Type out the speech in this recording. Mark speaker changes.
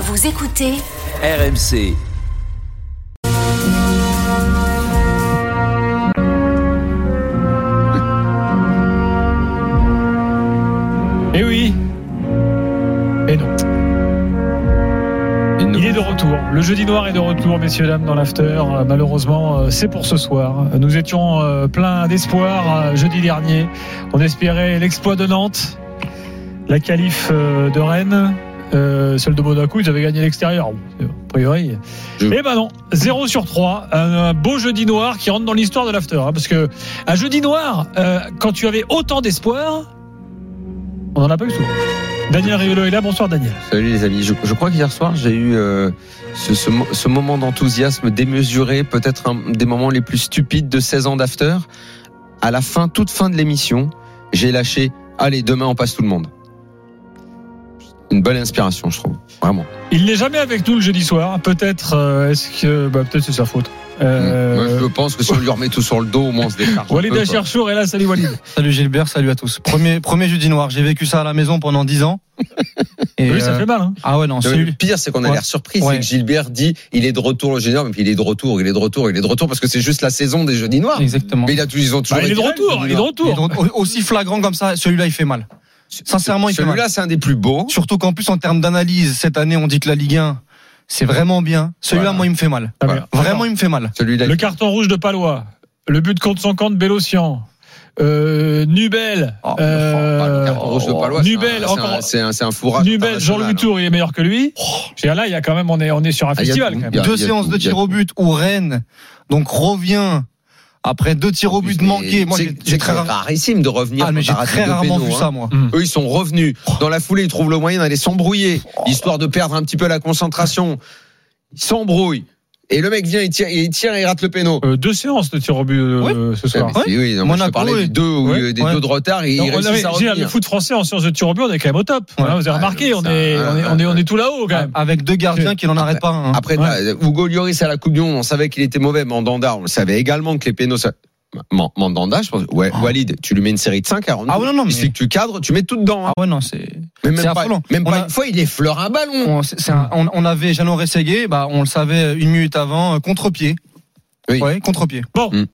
Speaker 1: Vous écoutez
Speaker 2: RMC.
Speaker 3: Eh oui Et non. Il est de retour. Le jeudi noir est de retour, messieurs, dames, dans l'after. Euh, Malheureusement, euh, c'est pour ce soir. Nous étions euh, pleins d'espoir euh, jeudi dernier. On espérait l'exploit de Nantes, la qualif euh, de Rennes, euh, celle de Monaco. Ils avaient gagné à l'extérieur, Bon, a priori.
Speaker 4: Je-
Speaker 3: Eh ben non, 0 sur 3. Un beau jeudi noir qui rentre dans l'histoire de l'after. hein, parce que un jeudi noir, euh, quand tu avais autant d'espoir, on n'en a pas eu souvent. Daniel Riolo est là. Bonsoir, Daniel.
Speaker 4: Salut Euh, les amis, je, je crois qu'hier soir j'ai eu euh, ce, ce mo- ce moment d'enthousiasme démesuré, peut-être un des moments les plus stupides de 16 ans d'after. À la fin, toute fin de l'émission, j'ai lâché Allez, demain on passe tout le monde. Une belle inspiration, je trouve, vraiment.
Speaker 3: Il n'est jamais avec nous le jeudi soir. Peut-être euh, est-ce que bah, peut-être c'est sa faute. Euh,
Speaker 4: Mmh. Moi, je pense que si on lui remet tout sur le dos, au moins on se décharge. un
Speaker 3: Walid
Speaker 4: peu, quoi.
Speaker 3: Acharchour est là, salut Walid.
Speaker 5: Salut Gilbert, salut à tous. Premier, premier jeudi noir, j'ai vécu ça à la maison pendant 10 ans. Et
Speaker 3: oui, ça
Speaker 5: euh,
Speaker 3: fait mal. Hein.
Speaker 5: Ah ouais, non,
Speaker 4: Non, mais le
Speaker 5: celui.
Speaker 4: pire, c'est qu'on a
Speaker 5: Ouais.
Speaker 4: l'air surpris. C'est
Speaker 5: Ouais.
Speaker 4: que Gilbert dit il est de retour au général, mais puis il est de retour, il est de retour, il est de retour, parce que c'est juste la saison des Jeudis Noirs.
Speaker 5: Exactement.
Speaker 4: Mais il a, tous- ils ont toujours
Speaker 3: Bah, il est de
Speaker 4: été là, les
Speaker 3: retour,
Speaker 4: Jeudis
Speaker 3: il est de
Speaker 4: Noirs.
Speaker 5: Mais
Speaker 3: retour.
Speaker 5: donc, au- aussi flagrant comme ça, celui-là, il fait mal. Sincèrement, il fait mal.
Speaker 4: Celui-là, c'est un des plus beaux.
Speaker 5: Surtout qu'en plus, en termes d'analyse, cette année, on dit que la Ligue 1, c'est vraiment bien. Celui-là,
Speaker 4: Voilà.
Speaker 5: moi, il me fait mal.
Speaker 3: Ah, mais-
Speaker 4: Voilà.
Speaker 5: Vraiment, il me fait mal.
Speaker 4: Celui-là,
Speaker 3: Le carton rouge de Palois, le but contre son camp de Bélocian, euh, Nubel,
Speaker 5: Oh,
Speaker 3: euh,
Speaker 4: Enfin, le carton rouge de Palois,
Speaker 3: Nubel,
Speaker 4: c'est un-
Speaker 3: encore-
Speaker 4: c'est un, c'est un fourrage.
Speaker 3: Nubel,
Speaker 4: international,
Speaker 3: Jean-Louis
Speaker 4: hein.
Speaker 3: Tour, il est meilleur que lui. Je veux dire, là, il y a quand même, on est, on est sur un
Speaker 4: Ah, il y a
Speaker 3: festival.
Speaker 4: tout,
Speaker 3: Quand même.
Speaker 4: Oh, il y a-
Speaker 5: deux séances de
Speaker 4: tout, il y a
Speaker 5: tir au but où Rennes, donc, revient après deux tirs au but
Speaker 4: Mais
Speaker 5: manqués. Moi,
Speaker 4: c'est-
Speaker 5: j'ai j'ai
Speaker 4: C'est
Speaker 5: très,
Speaker 4: très
Speaker 5: rare-
Speaker 4: rarissime de revenir.
Speaker 5: ah, mais
Speaker 4: quand
Speaker 5: j'ai
Speaker 4: t'as raté
Speaker 5: très
Speaker 4: deux
Speaker 5: rarement
Speaker 4: pénaux,
Speaker 5: vu
Speaker 4: hein.
Speaker 5: ça, moi.
Speaker 3: Mm.
Speaker 4: Eux, ils sont revenus. Dans la foulée, ils trouvent le moyen d'aller s'embrouiller, histoire de perdre un petit peu la concentration. Ils s'embrouillent. Et le mec vient, il tire, il tire et il rate le péno.
Speaker 3: Euh, deux séances de tir au but euh, ce soir.
Speaker 4: Ah, mais c'est- oui, non, moi, je te
Speaker 5: Monaco,
Speaker 4: parlais
Speaker 5: oui.
Speaker 4: des deux, ou,
Speaker 3: Ouais,
Speaker 4: euh, des
Speaker 5: ouais.
Speaker 4: deux de retard et
Speaker 3: Non,
Speaker 4: ils
Speaker 3: on avait-
Speaker 4: réussissent à
Speaker 3: je veux dire, le
Speaker 4: revenir.
Speaker 3: foot français en séance de tir au but, on est quand même au top.
Speaker 5: Ouais.
Speaker 3: Hein, vous avez remarqué,
Speaker 4: Ah,
Speaker 3: on,
Speaker 4: ça,
Speaker 3: est,
Speaker 4: ah,
Speaker 3: on, est, on, est, on est tout là-haut quand même.
Speaker 5: Avec deux gardiens qui n'en arrêtent pas. un, hein.
Speaker 4: Après,
Speaker 3: Ouais.
Speaker 4: t'as- Hugo Lloris à la Coupe du Monde, on savait qu'il était mauvais. Mandanda, on le savait également que les pénaux. Ça... Man- Mandanda, je pense. Ouais, Walid, tu lui mets une série de 5 à rendre.
Speaker 5: Ah ouais, non, non,
Speaker 4: Il
Speaker 5: mais-
Speaker 4: suffit que tu cadres, tu mets tout dedans. hein.
Speaker 5: Ah ouais, non, c'est.
Speaker 4: Mais même
Speaker 5: c'est
Speaker 4: pas,
Speaker 5: affolant.
Speaker 4: même
Speaker 5: On
Speaker 4: pas
Speaker 5: a-
Speaker 4: une fois, il effleure un ballon.
Speaker 5: On, c'est- c'est un- on- on avait Jeannot Rességuier, bah, on le savait une minute avant, euh, contre-pied.
Speaker 4: Oui.
Speaker 5: Ouais, contre-pied.
Speaker 3: Bon,
Speaker 4: Mm.